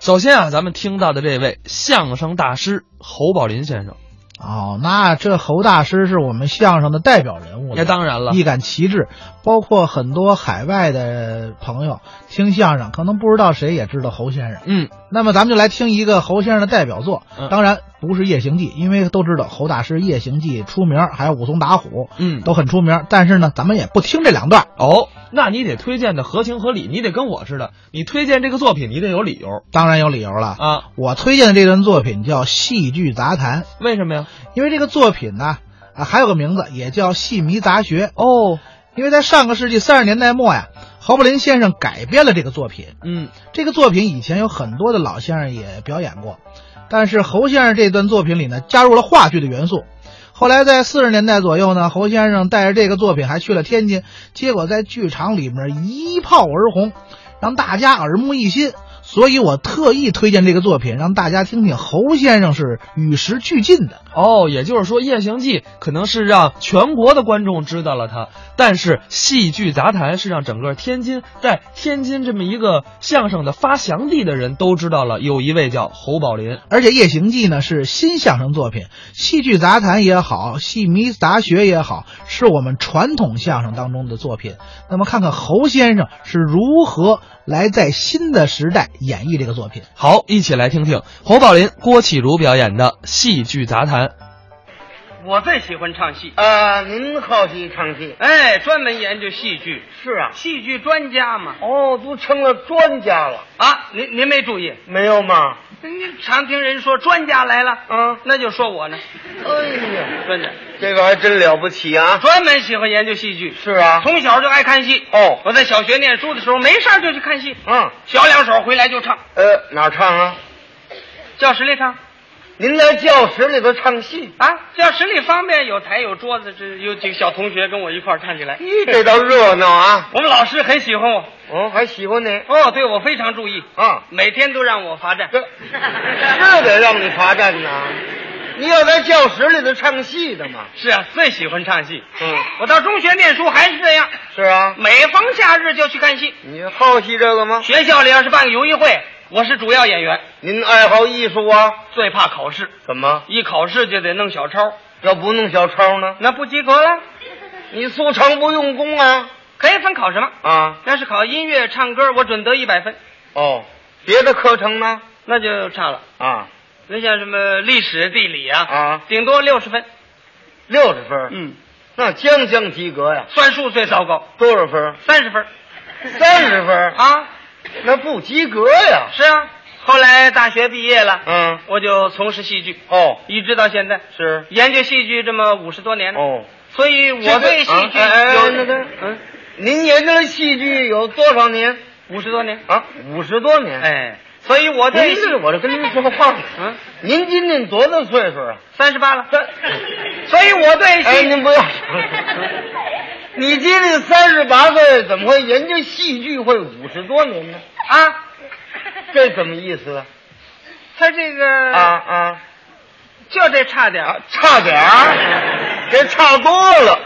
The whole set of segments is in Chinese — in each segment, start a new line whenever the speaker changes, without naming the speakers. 首先啊，咱们听到的这位相声大师侯宝林先生，
哦，那这侯大师是我们相声的代表人物了，
那当然了，
一杆旗帜。包括很多海外的朋友听相声，可能不知道谁也知道侯先生。
嗯，
那么咱们就来听一个侯先生的代表作
嗯，
当然不是《夜行记》，因为都知道侯大师《夜行记》出名，还有武松打虎，
嗯
都很出名。但是呢，咱们也不听这两段。
哦，那你得推荐的合情合理，你得跟我似的，你推荐这个作品，你得有理由
当然有理由了。
啊。
我推荐的这段作品叫《戏剧杂谈》，
为什么呀？
因为这个作品呢，啊，还有个名字也叫《戏迷杂学》。
哦，
因为在上个世纪三十年代末呀，侯宝林先生改编了这个作品。
嗯，
这个作品以前有很多的老先生也表演过，但是侯先生这段作品里呢，加入了话剧的元素。后来在四十年代左右呢，侯先生带着这个作品还去了天津，结果在剧场里面一炮而红，让大家耳目一新。所以我特意推荐这个作品，让大家听听侯先生是与时俱进的。
哦，也就是说，《夜行记》可能是让全国的观众知道了他，但是戏剧杂谈是让整个天津，在天津这么一个相声的发祥地的人都知道了，有一位叫侯宝林。
而且《夜行记呢》是新相声作品，戏剧杂谈也好，戏迷杂学也好，是我们传统相声当中的作品。那么，看看侯先生是如何来在新的时代演绎这个作品。
好，一起来听听侯宝林、郭启儒表演的戏剧杂谈。
我最喜欢唱戏，
呃，您好戏唱戏？
哎，专门研究戏剧，
是啊，
戏剧专家嘛。
哦，都成了专家了，
啊，您您没注意，
没有吗？
您常听人说专家来了，
哎嗯
那就说我呢，
哎呀，
真的，
这个还真了不起啊！
专门喜欢研究戏剧，
是啊，
从小就爱看戏。
哦
我在小学念书的时候，没事儿就去看戏，
嗯，
小两手回来就唱，
呃，哪儿唱啊？
教室里唱
您在教室里头唱戏？
啊，教室里方便，有台有桌子，这有几个小同学跟我一块儿唱起来。
咦，这倒热闹啊！
我们老师很喜欢我，
哦，还喜欢你
哦，对我非常注意，
啊？
每天都让我罚站。
这是得让你罚站呐！你要在教室里头唱戏的嘛？
是啊，最喜欢唱戏。
嗯，
我到中学念书还是这样，
是啊，
每逢假日就去看戏。
你好戏这个吗？
学校里要是办个游艺会，我是主要演员，
您爱好艺术啊？
最怕考试，
怎么
一考试就得弄小抄，
要不弄小抄呢？
那不及格了，
你素常不用功啊？
可以分考什么？
啊，
要是考音乐、唱歌，我准得一百分，
哦，别的课程呢？
那就差了。
啊，
那像什么历史、地理啊，
啊
顶多六十分。
六十分，
嗯，
那将将及格呀。
算术最糟糕，
多少 分？
三十分
三十分，
啊。
那不及格呀。
是啊，后来大学毕业了，
嗯，
我就从事戏剧，
哦，
一直到现在
是，
研究戏剧这么五十多年了。
哦，
所以我对戏剧
这个啊哎哎
有
那个
嗯
您研究了戏剧有多少年？
五十多年，
啊，五十多年。，
哎，所以我对
您
戏
这我这跟您说话呢。
嗯
您今年多大岁数啊？
三十八了， 所以我对
哎，
戏
您 不要。你今年三十八岁，怎么会研究戏剧会五十多年呢？
啊，
这怎么意思啊？
他这个
啊啊！
就这差点
啊
儿，
差点儿，这差多了，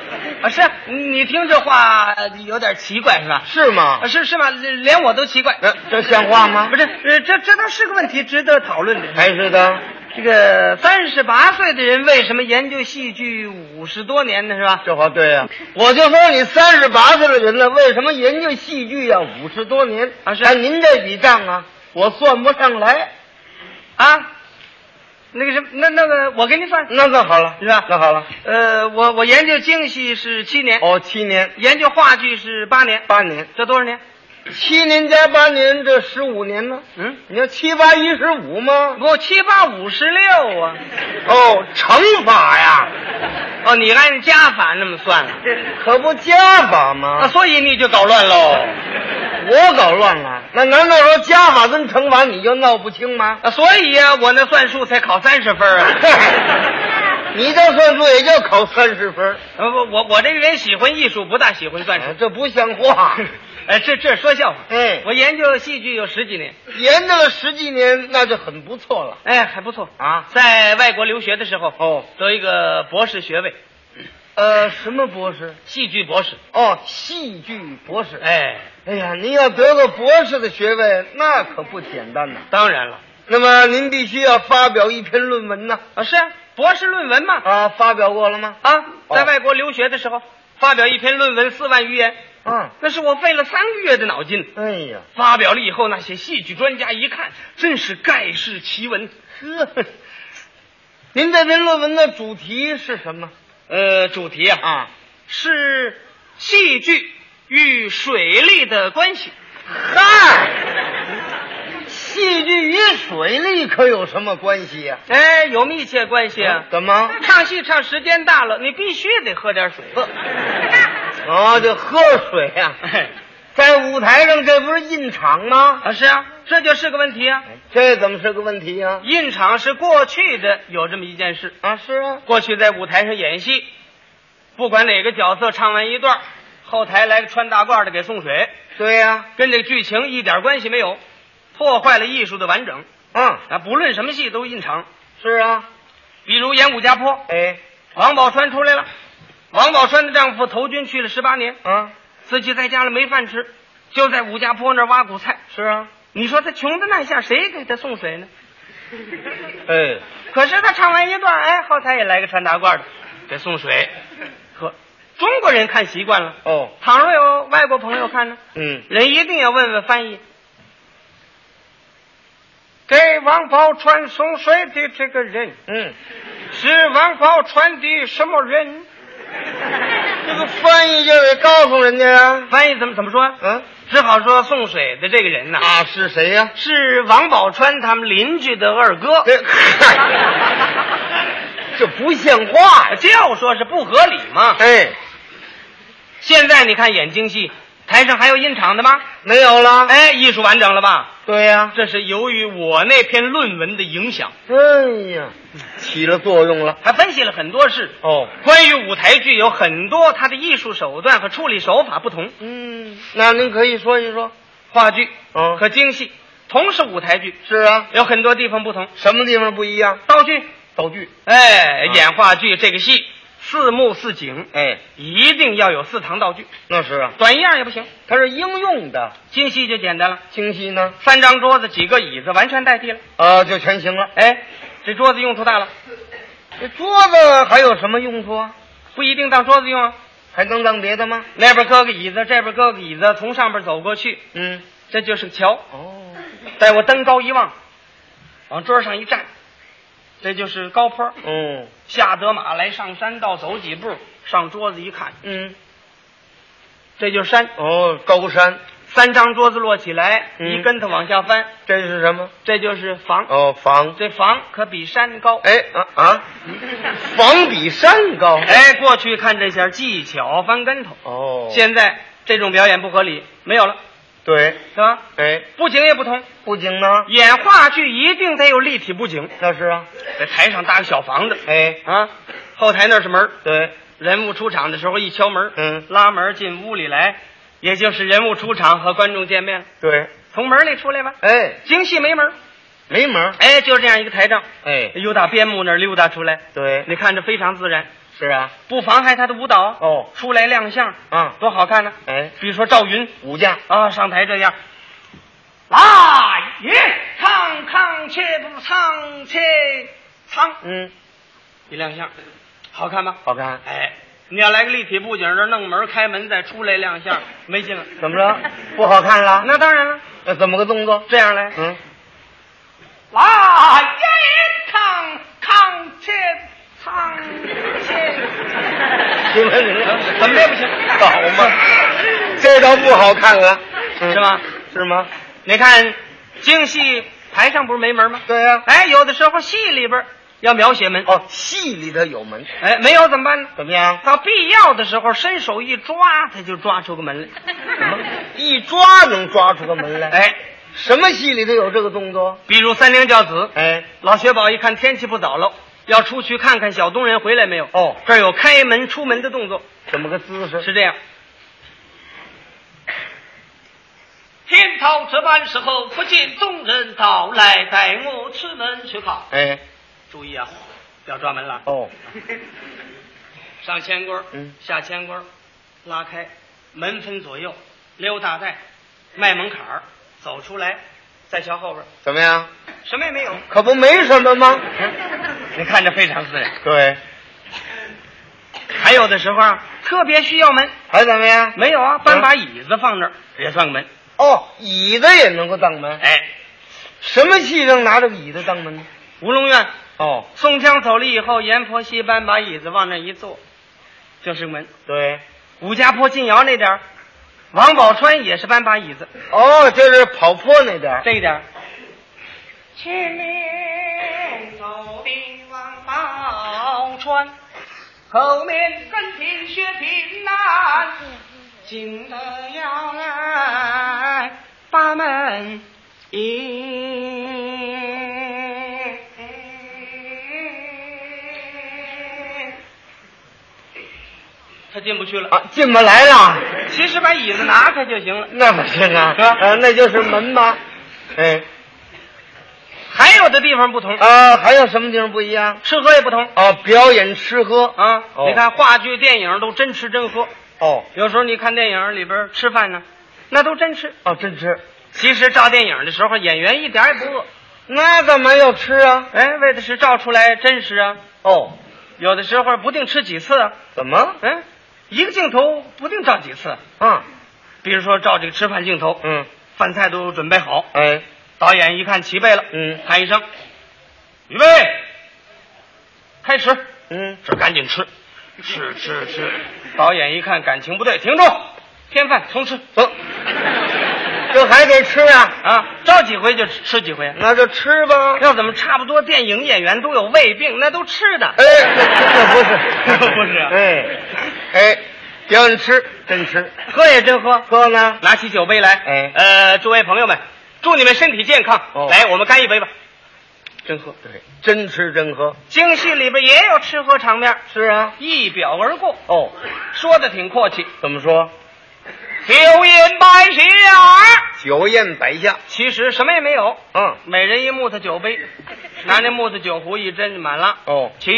啊，是你你听这话呃有点奇怪是吧？
是吗
啊，？是是吧？连我都奇怪，
那呃这像话吗？
不是，呃这这倒是个问题，值得讨论的。
还是的，
这个三十八岁的人为什么研究戏剧五十多年呢？是吧？
这话对呀、我就说你三十八岁的人了，为什么研究戏剧呀、五十多年
啊是
哎您这笔账啊，我算不上来。
啊，那个什么，那那个我给你算，
那那好了，
是吧
那好了，
呃，我我研究京戏是七年，
哦，七年、
研究话剧是八年，
八年，
这多少年？
七年加八年，这十五年呢？
嗯，
你要七八一十五吗？
我七八五十六啊！
哦，乘法呀，
哦，你按加法那么算了，
可不加法吗？
啊，所以你就搞乱喽。
我搞乱了，那难道说加法跟乘法你就闹不清 吗？
啊，所以呀、我那算术才考三十分啊。
你这算术也就考三十分，
呃我我我这个人喜欢艺术，不大喜欢算
哎
术。
这不像 话。
哎，这这说笑话。
嗯，
我研究戏剧有十几年，
研究了十几年，那就很不错了
哎，还不错。
啊。
在外国留学的时候，
哦，
得一个博士学位，
呃，什么博士？
戏剧博士。
哦，戏剧博士。
哎，
哎呀，您要得个博士的学位，那可不简单呐、
当然了
那么您必须要发表一篇论文呐、
啊，是啊，博士论文嘛。
啊，发表过了吗？
啊，
哦
在外国留学的时候，发表一篇论文四万余言，
嗯，
那是我费了三个月的脑筋。
哎呀，
发表了以后，那些戏剧专家一看，真是盖世奇闻。
呵， 您这篇论文的主题是什么？
呃，主题啊，
啊，
是戏剧与水利的关系。
嗨，戏剧与水利可有什么关系呀、
哎，有密切关系啊。
怎么？
唱戏唱时间大了，你必须得喝点水。
喝哦，就喝水呀、
哎
在舞台上 这不是印场吗？
啊，是啊，这就是个问题啊。
这怎么是个问题啊呀、
印场是过去的有这么一件事，
哦啊？是啊，
过去在舞台上演戏，不管哪个角色唱完一段，后台来个穿大褂的给送水，
对呀、
跟这个剧情一点关系没有，破坏了艺术的完整
嗯，
啊！不论什么戏都印场，
是啊，
比如演武家坡，
哎，
王宝钏出来了，王宝钏的丈夫投军去了十八年，
啊，
自己在家里没饭吃，就在武家坡那儿挖苦菜。
是啊，
你说他穷的那下，谁给他送水呢？
哎，
可是他唱完一段，哎，后台也来个穿大褂的，给送 水喝。中国人看习惯了，
哦，
倘若有外国朋友看呢，
嗯，
人一定要问问翻译，给王宝钏送水的这个人
嗯，
是王宝钏的什么人？
这个翻译就得告诉人家啊呀、
翻译怎么怎么说？
嗯，
只好说送水的这个人呐、
那啊是谁呀、
是王宝钏他们邻居的二哥。
这哎嗨这不像话呀！
就说是不合理嘛。
哎，
现在你看演京戏，台上还有印场的吗？
没有了。，
哎，艺术完整了吧？
对呀、
这是由于我那篇论文的影响，
哎呀，起了作用了。
还分析了很多事。
哦，
关于舞台剧有很多它的艺术手段和处理手法不同，
嗯，那您可以说一说。
话剧
嗯
和京戏同是舞台剧，
是啊，
有很多地方不同。
什么地方不一样？
道具，
道具。
哎，
啊
演话剧这个戏四幕四景，
哎，
一定要有四堂道具，
那是啊，
短一样也不行。
它是应用的。
京戏就简单了，
清晰呢？
三张桌子几个椅子完全代替了。
啊，就全行了。
哎，这桌子用处大了，
这桌子还有什么用处啊？
不一定当桌子用啊。
还能当别的吗？
那边搁个椅子，这边搁个椅子，从上边走过去，
嗯，
这就是个桥。
哦，
待我登高一望，往桌上一站，这就是高坡。
哦，
下得马来，上山道，走几步，上桌子一看，
嗯，
这就是山。
哦，高山，
三张桌子摞起来，
嗯
一跟头往下翻，
这是什么？
这就是房。
哦，房。
这房可比山高。
哎啊啊，房比山高。
哎，过去看这些技巧翻跟头，
哦，
现在这种表演不合理，没有了，
对，
是吧？
哎，
布景也不同，
不景呢？
演话剧一定得有立体布景，
那是啊，
在台上搭个小房子
哎，
啊，后台那是门儿，
对，
人物出场的时候一敲门，
嗯，
拉门进屋里来，也就是人物出场和观众见面了，
对，
从门里出来吧。
哎，
京戏没门儿，
没门儿，
哎，就是这样一个台账，
哎，
由打边幕那儿溜达出来，
对，
你看着非常自然，
是啊，
不妨害他的舞蹈，
哦，
出来亮相，
啊，
多好看呢、
哎，
比如说赵云
武将，
啊，上台这样。来也，唱唱切不唱切唱，
嗯，
一亮相，好看吧？
好看，
哎，你要来个立体布景，这弄门开门再出来亮相，没劲了。
怎么着？ 不好看了？
那当然了，
那怎么个动作？
这样来，
嗯，
来也唱唱切唱切，
行了行了，
怎么这不 行？
好嘛，这倒不好看了，嗯
是吗？
是吗？
你看，京戏台上不是没门吗？
对呀、
哎，有的时候戏里边要描写门，
哦，戏里头有门，
哎，没有怎么办呢？
怎么样？
到必要的时候，伸手一抓，他就抓出个门来。
什么？一抓能抓出个门来？，
哎，
什么戏里头有这个动作？
比如三娘教子，
哎，
老薛宝一看天气不早了，要出去看看小东人回来没有。
哦，
这儿有开门出门的动作，
怎么个姿势？
是这样。天到这般时候，不见众人到来，带我出门去看。
哎，
注意啊，要抓门了。
哦，
上铅棍儿
嗯
下铅棍儿拉开，门分左右，溜大带，迈门槛儿，走出来，再瞧后边儿，
怎么样？
什么也没有。
可不没什么吗？
嗯你看着非常自然。
对，
还有的时候啊，特别需要门，
还怎么样？
没有啊，搬把椅子放那儿也算个门。
哦，椅子也能够当门。
哎，
什么戏能拿这个椅子当门呢？
吴龙院
哦，
宋江走了以后，阎婆惜搬把椅子往那一坐，就是门。
对，
武家坡金窑那点儿，王宝钏也是搬把椅子，
哦，就是跑坡那点儿。
啊这一点儿
前面走的王宝钏，后面跟紧薛平南，进得要来把门迎。
他进不去了。
啊，进门来了，
其实把椅子拿开就行了。
那不行啊，
是吧
啊，那就是门吧。哎，
还有的地方不同，
啊，还有什么地方不一样？
吃喝也不同
哦，表演吃喝啊，
啊。
哦
你看话剧、电影都真吃真喝，
哦，
有时候你看电影里边吃饭呢，那都真吃。
哦，真吃，
其实照电影的时候，演员一点也不饿，
那干嘛要吃啊？
哎，为的是照出来真实啊。
哦，
有的时候不定吃几次啊，
怎么？
嗯，一个镜头不定照几次。
啊，
比如说照这个吃饭镜头，
嗯，
饭菜都准备好，
哎，
导演一看齐备了，
嗯
喊一声，预备，开始，
嗯，
这赶紧吃，吃吃吃。导演一看感情不对，停住，添饭重吃
走，哦 这还得吃啊？
啊，照几回就吃吃几回。
那就吃吧。
要怎么差不多？电影演员都有胃病，那都吃的。
哎， 那不是，
不是啊
哎，哎，表演吃，真吃，
喝也真喝，
喝呢？
拿起酒杯来，
哎
呃，诸位朋友们，祝你们身体健康。
哦
来，我们干一杯吧。真喝，
对，真吃真喝。
京戏里边也有吃喝场面，
是啊，
一表而过，
哦，
说的挺阔气。
怎么说？
酒饮百喜儿，
酒宴百下，
其实什么也没有，
嗯，
每人一木头酒 杯，拿那木头酒壶一斟就满了。
哦，
起，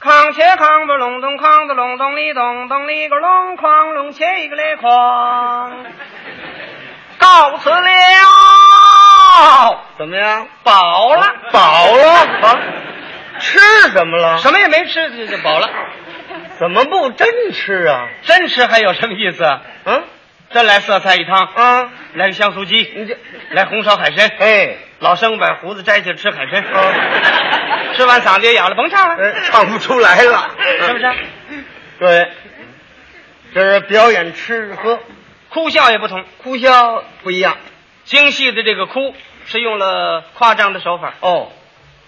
康且康不隆咚，康的隆咚哩咚咚哩个隆哐隆且一个嘞哐，告辞了，
怎么样？
饱了，
饱了，啊吃什么了？
什么也没吃就就饱了，
怎么不真吃啊？
真吃还有什么意思？啊？
嗯
真来色菜一汤，
啊，
来个香酥鸡，
你这，
来红烧海参。
哎，
老生把胡子摘下吃海参，
哦
吃完嗓子也哑了，甭唱了，
哎唱不出来了，嗯
是不是？
对，这是表演吃喝，
哭笑也不同，
哭笑不一样。
京戏的这个哭是用了夸张的手法，
哦，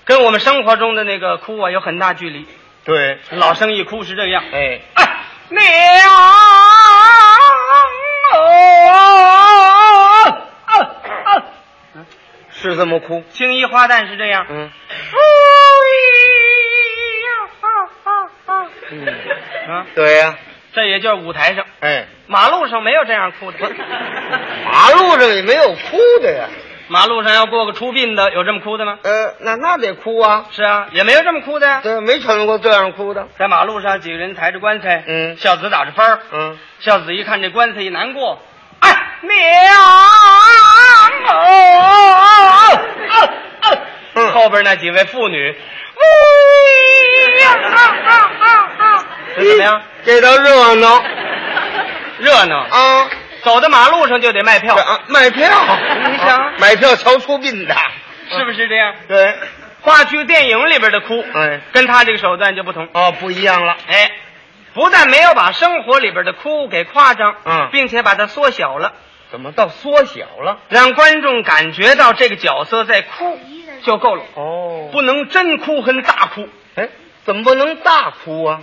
跟我们生活中的那个哭啊有很大距离。
对，
老生一哭是这样，
哎，
哎，娘啊！啊啊
是这么哭。
青衣花旦是这样，
嗯嗯，
啊，
对呀、
这也就是舞台上，
哎，
马路上没有这样 哭的。
马路上也没有哭的呀。
马路上要过个出殡的，有这么哭的吗？
呃，那那得哭啊，呃
是啊，也没有这么哭的呀。
对，没瞅见过这样哭的。
在马路上，几个人抬着棺材，
嗯
孝子打着幡儿，
嗯，
孝子一看这棺材一难过，哎，娘哦，
嗯
后边那几位妇女，这怎么样？
这倒热闹
热闹，
啊！
走到马路上就得卖票
这，啊，卖票，
你想
啊买票瞧出殡的，
是不是这样？
对，
话剧、电影里边的哭，
哎
跟他这个手段就不同。
哦，不一样了。
哎，不但没有把生活里边的哭给夸张，
嗯
并且把它缩小了，
怎么到缩小了？
让观众感觉到这个角色在哭就够了，
哦不，
不能真哭跟大哭。
哎，怎么不能大哭啊？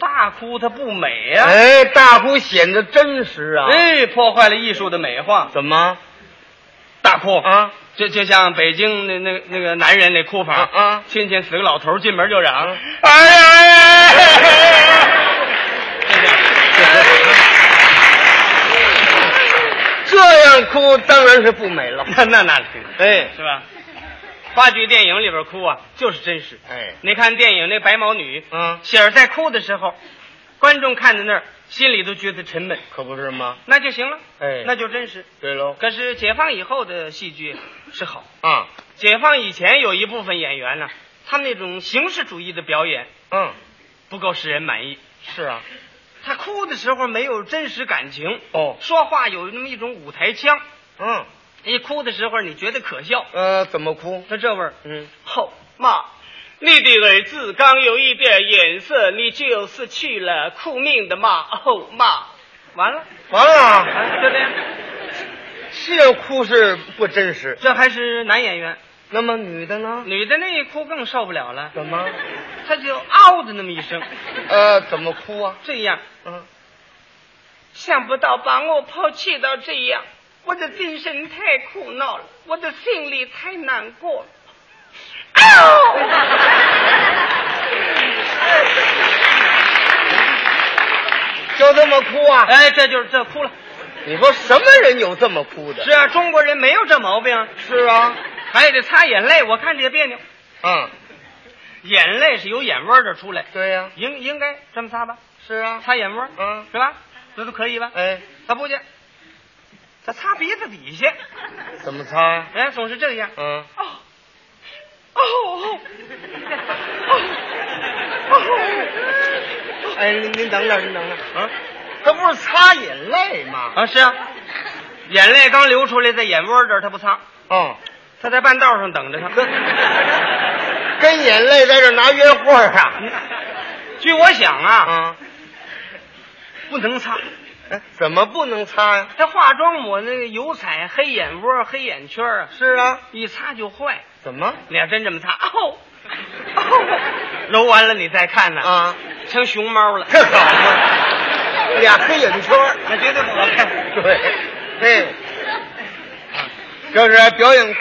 大哭它不美呀、
哎，大哭显得真实啊。
哎，破坏了艺术的美化。
怎么
大哭，
啊？
就就像北京那那那个男人那哭法
啊啊
亲戚死个老头儿进门就嚷， 哎呀哎呀哎呀！
这样哭当然是不美了。
这样，那那那是
哎，
是吧？话剧电影里边哭啊，就是真实。
哎
你看电影那白毛女，
嗯
喜儿在哭的时候，观众看在那儿，心里都觉得沉闷，
可不是吗？
那就行了，
哎
那就真实。
对喽，
可是解放以后的戏剧是好，
啊，
解放以前有一部分演员呢，他们那种形式主义的表演
嗯，
不够使人满意。
是啊，
他哭的时候没有真实感情，
哦，
说话有那么一种舞台腔，
嗯，
一哭的时候你觉得可笑，
呃，怎么哭？
他这味儿。
嗯，
后妈，你的儿子刚有一点眼色，你就失去了苦命的妈。后妈，完了，
完了，
就这样。
是哭是不真实。
这还是男演员，
那么女的呢？
女的那一哭更受不了了，
怎么？
她就嗷的那么一声，
呃，怎么哭啊？
这样，
嗯，
想不到把我抛弃到这样，我的精神太苦恼了，我的心里太难 过了。哦，
就这么哭啊？
哎，这就是这哭了。
你说什么人有这么哭的？
是啊，中国人没有这毛病，
是啊，
还得擦眼泪，我看着也别扭。
嗯，
眼泪是由眼窝儿这出来，
对呀、
应应该这么擦吧，
是啊，
擦眼窝儿，
嗯
是吧？这都可以吧？
哎，
他不去，他擦鼻子底下，
怎么擦呀？
哎，总是这样。
嗯，
哦，哦，哦，
哎，您您等等，您等等，啊，这不是擦眼泪吗？
啊，是啊，眼泪刚流出来，在眼窝儿这儿，他不擦，
嗯，
他在半道上等着他。
跟眼泪在这拿约会啊？
据我想啊，
啊，
不能擦。
哎，怎么不能擦呀、
他化妆抹那个油彩，黑眼窝、黑眼圈啊，
是啊，
一擦就坏。
怎么？
你要真这么擦，哦，哦揉完了你再看呢，
啊，
成熊猫了，
这好嘛，俩黑眼圈儿，
那绝对不好看。
对，嘿，就是表演哭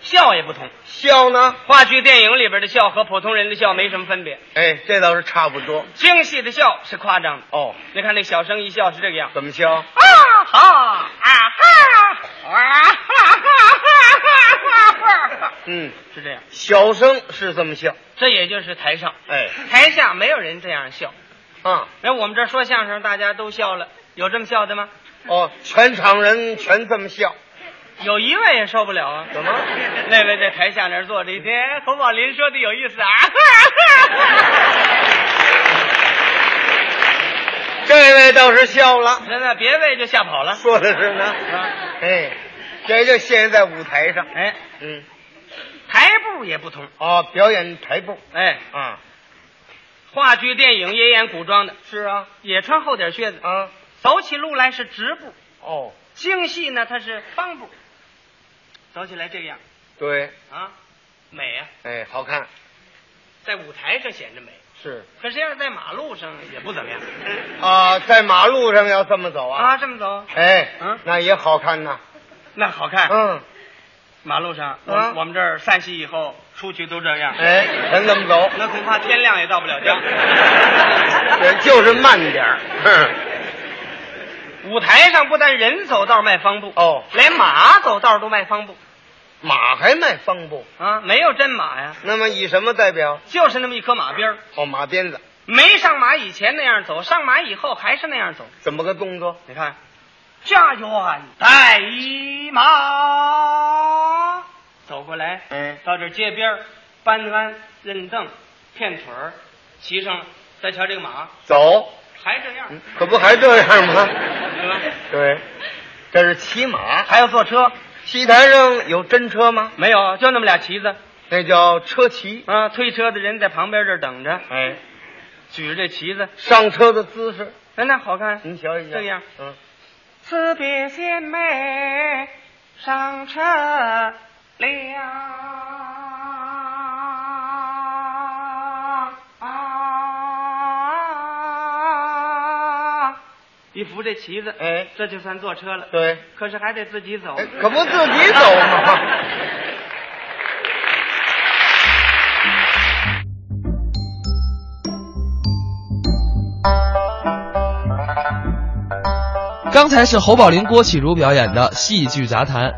笑也不同，
笑呢，
话剧、电影里边的笑和普通人的笑没什么分别。
哎，这倒是差不多
京戏的笑是夸张的，
哦。
你看那小生一笑是这个样，
怎么笑？
啊哈啊哈啊哈哈哈哈哈，
嗯，
是这样。
小生是这么笑，
这也就是台上，
哎，
台下没有人这样笑。
啊，
那我们这儿说相声，大家都笑了，有这么笑的吗？
哦，全场人全这么笑，
有一位也受不了啊！
怎么？
那位在台下那儿坐着一天，冯宝林说的有意思 啊！
这位倒是笑了，
那那别位就吓跑了。
说的是呢，哎，这就现在舞台上，
哎，
嗯，
台步也不同，
哦，表演台步，
哎，
啊，
话剧、电影也演古装的，
是啊，
也穿厚底靴子，
啊，
走起路来是直步；
哦，
京戏呢，它是方步，走起来这样
对，
啊，美啊，
哎，好看，
在舞台上显着美，
是
可是要是在马路上也不怎么样
啊，在马路上要这么走啊，
啊，这么走
哎，
嗯
那也好看呐，
那好看。
嗯，
马路上，我
啊
们我们这儿散戏以后出去都这样，
哎，全这么走，
那恐怕天亮也到不了家。
对，就是慢点儿，哼
舞台上不但人走道迈方步，
哦，
连马走道都迈方步
马还迈方步，
啊，没有真马呀，
那么以什么代表？
就是那么一颗马鞭儿。
哦，马鞭子，
没上马以前那样走，上马以后还是那样走。
怎么个动作？
你看，驾远带一马走过来，
嗯
到这街边儿搬搬认凳片腿儿，骑上了，再瞧这个马
走，
还这样，
可不还这样吗？
对吧？
对，这是骑马。
还要坐车？
戏台上有真车吗？
没有，就那么俩旗子
那叫车骑。
啊！推车的人在旁边这儿等着，
哎，
举着这旗子，
上车的姿势，
哎，那好看。
您瞧一瞧。
这样，
嗯，
辞别贤妹，上车了。一扶这旗子，
哎
这就算坐车了。
对，
可是还得自己走
哎，可不自己走吗？
刚才是侯宝林、郭启儒表演的戏剧杂谈。